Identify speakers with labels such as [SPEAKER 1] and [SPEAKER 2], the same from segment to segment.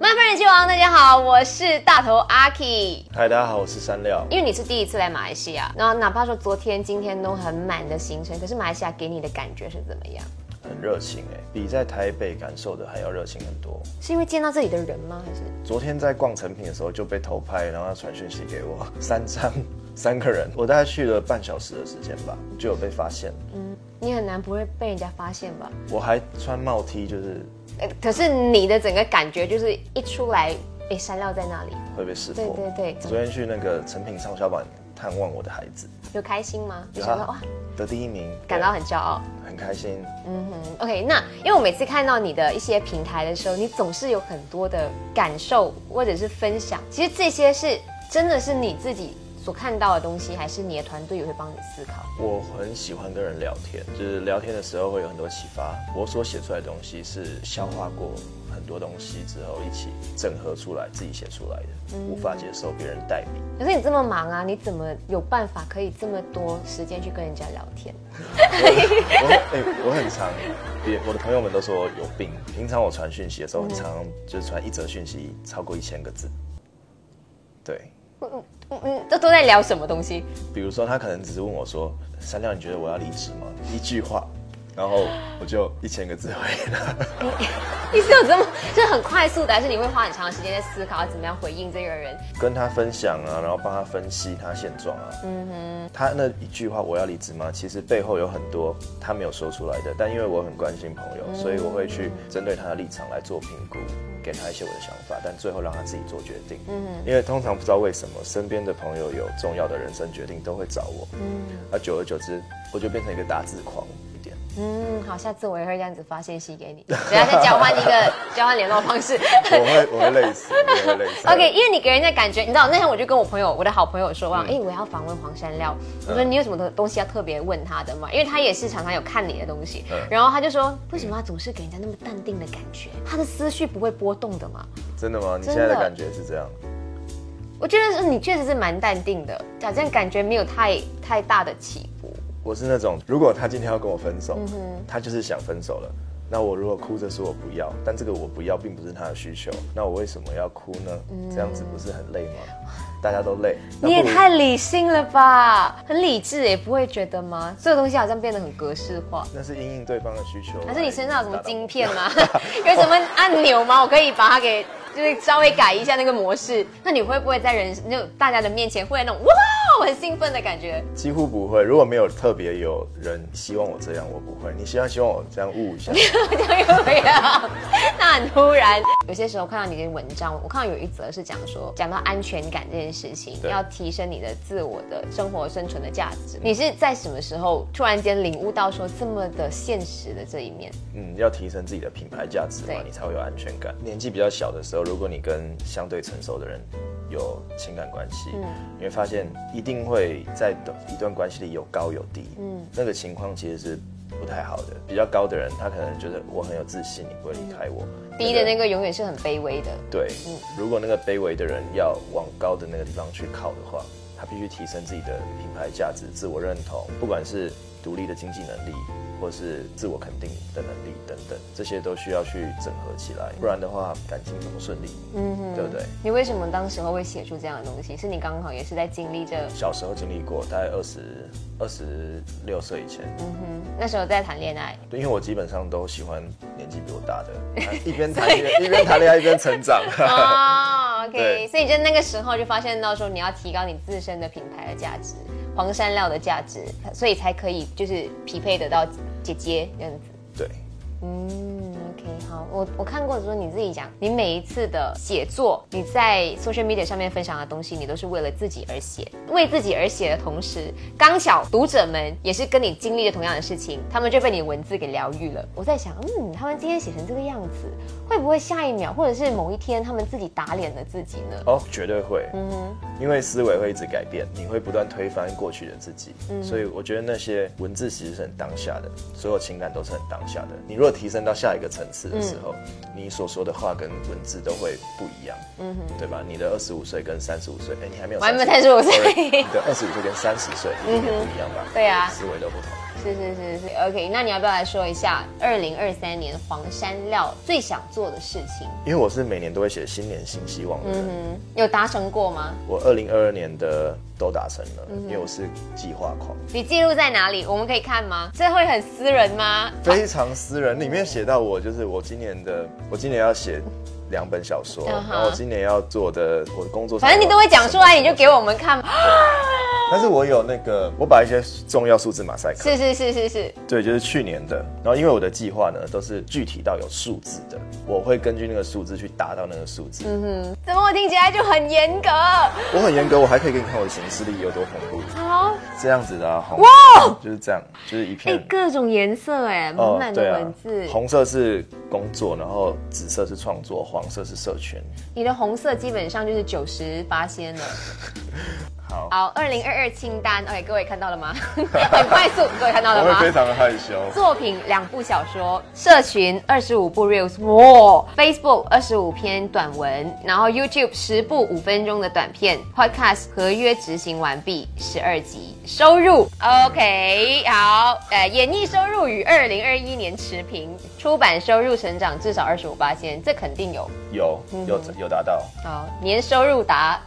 [SPEAKER 1] 慢饭人气王，大家好，我是大头阿 K。
[SPEAKER 2] 嗨，大家好，我是山料。
[SPEAKER 1] 因为你是第一次来马来西亚，然后哪怕说昨天、今天都很满的行程，可是马来西亚给你的感觉是怎么样？
[SPEAKER 2] 很热情哎、比在台北感受的还要热情很多。
[SPEAKER 1] 是因为见到这里的人吗？还是
[SPEAKER 2] 昨天在逛成品的时候就被偷拍，然后他传讯息给我， 三张，三个人，我大概去了半小时的时间吧，就有被发现。
[SPEAKER 1] 你很难不会被人家发现吧？
[SPEAKER 2] 我还穿帽 T，就是
[SPEAKER 1] 呃可是你的整个感觉就是一出来，哎，山料在那里，
[SPEAKER 2] 会被识
[SPEAKER 1] 对
[SPEAKER 2] 破。
[SPEAKER 1] 对对
[SPEAKER 2] 昨天去那个成品畅销榜探望我的孩子，
[SPEAKER 1] 有开心吗？就
[SPEAKER 2] 有
[SPEAKER 1] 想到哇
[SPEAKER 2] 他，得第一名，
[SPEAKER 1] 感到很骄傲。
[SPEAKER 2] 对很开心。
[SPEAKER 1] 嗯哼，OK，那因为我每次看到你的一些平台的时候，你总是有很多的感受或者是分享。其实这些是真的是你自己所看到的东西，还是你的团队也会帮你思考？
[SPEAKER 2] 我很喜欢跟人聊天，就是聊天的时候会有很多启发。我所写出来的东西是消化过很多东西之后一起整合出来，自己写出来的，无法接受别人代笔。
[SPEAKER 1] 可是你这么忙啊，你怎么有办法可以这么多时间去跟人家聊天？
[SPEAKER 2] 我哎、我很常，别我的朋友们都说我有病。平常我传讯息的时候，很常就是传一则讯息超过一千个字。对，
[SPEAKER 1] 嗯嗯，这都在聊什么东西？
[SPEAKER 2] 比如说他可能只是问我说：“三亮，你觉得我要离职吗？”一句话，然后我就一千个字回答。
[SPEAKER 1] 你是有这么是很快速的，还是你会花很长的时间在思考要怎么样回应这个人？
[SPEAKER 2] 跟他分享啊，然后帮他分析他现状啊。嗯哼，他那一句话“我要离职吗”，其实背后有很多他没有说出来的，但因为我很关心朋友，所以我会去针对他的立场来做评估，给他一些我的想法，但最后让他自己做决定。嗯，因为通常不知道为什么身边的朋友有重要的人生决定都会找我，嗯，而久而久之，我就变成一个打字狂一 点。
[SPEAKER 1] 嗯，好，下次我也会这样子发信息给你，等下再交换一个 交换联络方式。
[SPEAKER 2] 我会我会累死，我会累死。
[SPEAKER 1] OK，因为你给人家感觉，你知道那天我就跟我朋友，我的好朋友说，
[SPEAKER 2] 嗯
[SPEAKER 1] 哇，哎、我要访问黄山料，我说你有什么东东西要特别问他的吗？因为他也是常常有看你的东西，
[SPEAKER 2] 嗯
[SPEAKER 1] 然后他就说，为什么他总是给人家那么淡定的感觉？他的思绪不会波动的吗？
[SPEAKER 2] 真的吗？你
[SPEAKER 1] 真
[SPEAKER 2] 现
[SPEAKER 1] 的
[SPEAKER 2] 在的感觉是这样？
[SPEAKER 1] 我觉得你确实是蛮淡定的，好像感觉没有太太大的起伏。
[SPEAKER 2] 我是那种，如果他今天要跟我分手，
[SPEAKER 1] 嗯
[SPEAKER 2] 他就是想分手了。那我如果哭着说我不要，但这个我不要并不是他的需求，那我为什么要哭呢？这样子不是很累吗？大家都累，
[SPEAKER 1] 嗯
[SPEAKER 2] 那
[SPEAKER 1] 你也
[SPEAKER 2] 不如
[SPEAKER 1] 太理性了吧，很理智也不会觉得吗？这个东西好像变得很格式化。
[SPEAKER 2] 那是因应对方的需求。
[SPEAKER 1] 还是你身上有什么晶片吗？ 有什么按钮吗？我可以把它给就是稍微改一下那个模式。那你会不会在人就大家的面前会有那种哇我很兴奋的感觉？
[SPEAKER 2] 几乎不会，如果没有特别有人希望我这样，我不会。你希望希望我这样悟一下，
[SPEAKER 1] 这样有没有？那很突然。有些时候看到你的文章，我看到有一则是讲说，讲到安全感这件事情，
[SPEAKER 2] 对
[SPEAKER 1] 要提升你的自我的生活生存的价值。你是在什么时候突然间领悟到说这么的现实的这一面？
[SPEAKER 2] 嗯，要提升自己的品牌价值嘛
[SPEAKER 1] 对，
[SPEAKER 2] 你才会有安全感。年纪比较小的时候，如果你跟相对成熟的人有情感关系，
[SPEAKER 1] 嗯
[SPEAKER 2] 你会发现一定会在一段关系里有高有低，嗯，那个情况其实是不太好的。比较高的人，他可能觉得我很有自信，你不会离开我。
[SPEAKER 1] 嗯低的那个永远是很卑微的。
[SPEAKER 2] 对，如果那个卑微的人要往高的那个地方去靠的话，他必须提升自己的品牌价值、自我认同，不管是独立的经济能力，或是自我肯定的能力等等，这些都需要去整合起来，不然的话，感情怎么顺利？嗯，对不对？
[SPEAKER 1] 你为什么当时候会写出这样的东西？是你刚好也是在经历着
[SPEAKER 2] 小时候经历过，大概二十二十六岁以前，
[SPEAKER 1] 那时候在谈恋爱，
[SPEAKER 2] 对因为我基本上都喜欢年纪比我大的，啊一边谈恋爱一边谈恋爱一边成长。
[SPEAKER 1] 哦，OK，
[SPEAKER 2] 对
[SPEAKER 1] 所以就那个时候就发现到说你要提高你自身的品牌的价值，黄山料的价值，所以才可以就是匹配得到姐姐这样子。
[SPEAKER 2] 对，
[SPEAKER 1] 嗯，OK，好，我我看过的时候，你自己讲，你每一次的写作，你在 social media 上面分享的东西，你都是为了自己而写，为自己而写的同时，刚巧读者们也是跟你经历了同样的事情，他们就被你文字给疗愈了。我在想，嗯，他们今天写成这个样子，会不会下一秒或者是某一天，他们自己打脸了自己呢？
[SPEAKER 2] 哦，绝对会，因为思维会一直改变，你会不断推翻过去的自己，所以我觉得那些文字其实是很当下的，所有情感都是很当下的。你如果提升到下一个层次的时候，你所说的话跟文字都会不一样，嗯哼，对吧？你的二十五岁跟三十五岁，哎，你还没有35，
[SPEAKER 1] 我还 没有35岁
[SPEAKER 2] sorry，你的二十五岁跟三十岁一定也不一样吧？
[SPEAKER 1] 对啊
[SPEAKER 2] 思维都不同，
[SPEAKER 1] 是是是是，OK。那你要不要来说一下二零二三年黄山料最想做的事情？
[SPEAKER 2] 因为我是每年都会写新年新希望的人，
[SPEAKER 1] 嗯，有达成过吗？
[SPEAKER 2] 我二零二二年的都达成了，因为我是计划狂，
[SPEAKER 1] 你记录在哪里？我们可以看吗？这会很私人吗？
[SPEAKER 2] 非常私人。里面写到我就是我今年的，我今年要写两本小说，
[SPEAKER 1] 嗯哼
[SPEAKER 2] 然后我今年要做的我的工作上，
[SPEAKER 1] 反正你都会讲出来，你就给我们看。
[SPEAKER 2] 但是我有那个，我把一些重要数字马赛克，
[SPEAKER 1] 是是是是是，
[SPEAKER 2] 对，就是去年的。然后因为我的计划呢都是具体到有数字的，我会根据那个数字去达到那个数字。
[SPEAKER 1] 嗯怎么我听起来就很严格？
[SPEAKER 2] 我很严格，我还可以给你看我的行事历有多恐怖，
[SPEAKER 1] 好，
[SPEAKER 2] 这样子的、啊、红色就是这样，就是一
[SPEAKER 1] 哎、
[SPEAKER 2] 片。啊
[SPEAKER 1] 各种颜色哎，满满的文字。
[SPEAKER 2] 哦红色是工作，然后紫色是创作，黄色是社群。
[SPEAKER 1] 你的红色基本上就是九十八仙了。
[SPEAKER 2] 好
[SPEAKER 1] 好，二零二二清单，OK，各位看到了吗？很快速，各位看到了
[SPEAKER 2] 我会非
[SPEAKER 1] 吗？
[SPEAKER 2] 常的害羞。
[SPEAKER 1] 作品两部小说，社群二十五部 reels，哇，Facebook 二十五篇短文，然后 YouTube 十部五分钟的短片，Podcast 合约执行完毕，十二集，收入 OK，好，呃，演艺收入与二零二一年持平，出版收入成长至少二十五八千，这肯定有。
[SPEAKER 2] 有
[SPEAKER 1] 嗯
[SPEAKER 2] 有有达到，
[SPEAKER 1] 好，年收入达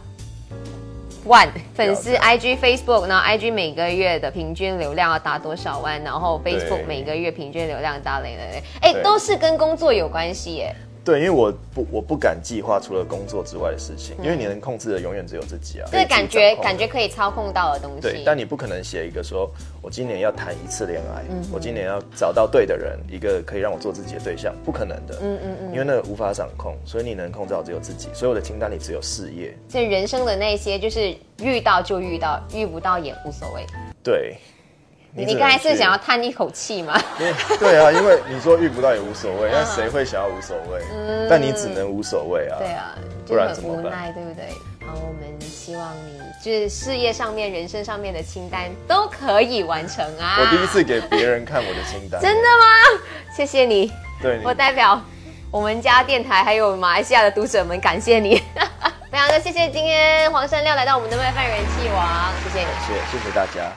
[SPEAKER 1] one，粉丝
[SPEAKER 2] 了
[SPEAKER 1] IG、Facebook，然后 IG 每个月的平均流量要达多少万，然后 Facebook
[SPEAKER 2] 对
[SPEAKER 1] 每个月平均流量达累累累，哎、
[SPEAKER 2] 对
[SPEAKER 1] 都是跟工作有关系耶。
[SPEAKER 2] 对，因为我不我不敢计划除了工作之外的事情，因为你能控制的永远只有自己啊。
[SPEAKER 1] 这个
[SPEAKER 2] 可以
[SPEAKER 1] 嗯感觉
[SPEAKER 2] 自己掌控
[SPEAKER 1] 感觉可以操控到的东
[SPEAKER 2] 对
[SPEAKER 1] 西，，
[SPEAKER 2] 但你不可能写一个说，我今年要谈一次恋爱，
[SPEAKER 1] 嗯
[SPEAKER 2] 我今年要找到对的人，一个可以让我做自己的对象，不可能的。嗯嗯嗯，因为那个无法掌控，所以你能控制好只有自己。所以我的清单里只有事业。
[SPEAKER 1] 这人生的那些就是遇到就遇到，遇不到也无所谓。
[SPEAKER 2] 对，
[SPEAKER 1] 你
[SPEAKER 2] 只能
[SPEAKER 1] 刚才是
[SPEAKER 2] 去
[SPEAKER 1] 想要叹一口气 吗？
[SPEAKER 2] 因为对啊，因为你说遇不到也无所
[SPEAKER 1] 嗯
[SPEAKER 2] 谓，那谁会想要无所谓？但你只能无所谓啊。
[SPEAKER 1] 对啊，
[SPEAKER 2] 不
[SPEAKER 1] 就
[SPEAKER 2] 然
[SPEAKER 1] 很
[SPEAKER 2] 怎么
[SPEAKER 1] 无
[SPEAKER 2] 办
[SPEAKER 1] 奈，对不对？好，我们希望你就是事业上面、人生上面的清单都可以完成啊！
[SPEAKER 2] 我第一次给别人看我的清 单，
[SPEAKER 1] 真的吗？谢谢你，
[SPEAKER 2] 对，你
[SPEAKER 1] 我代表我们家电台还有马来西亚的读者们感谢你， 非常的谢谢今天黄山亮来到我们的麦饭人气王，谢谢你。
[SPEAKER 2] 谢谢谢大家。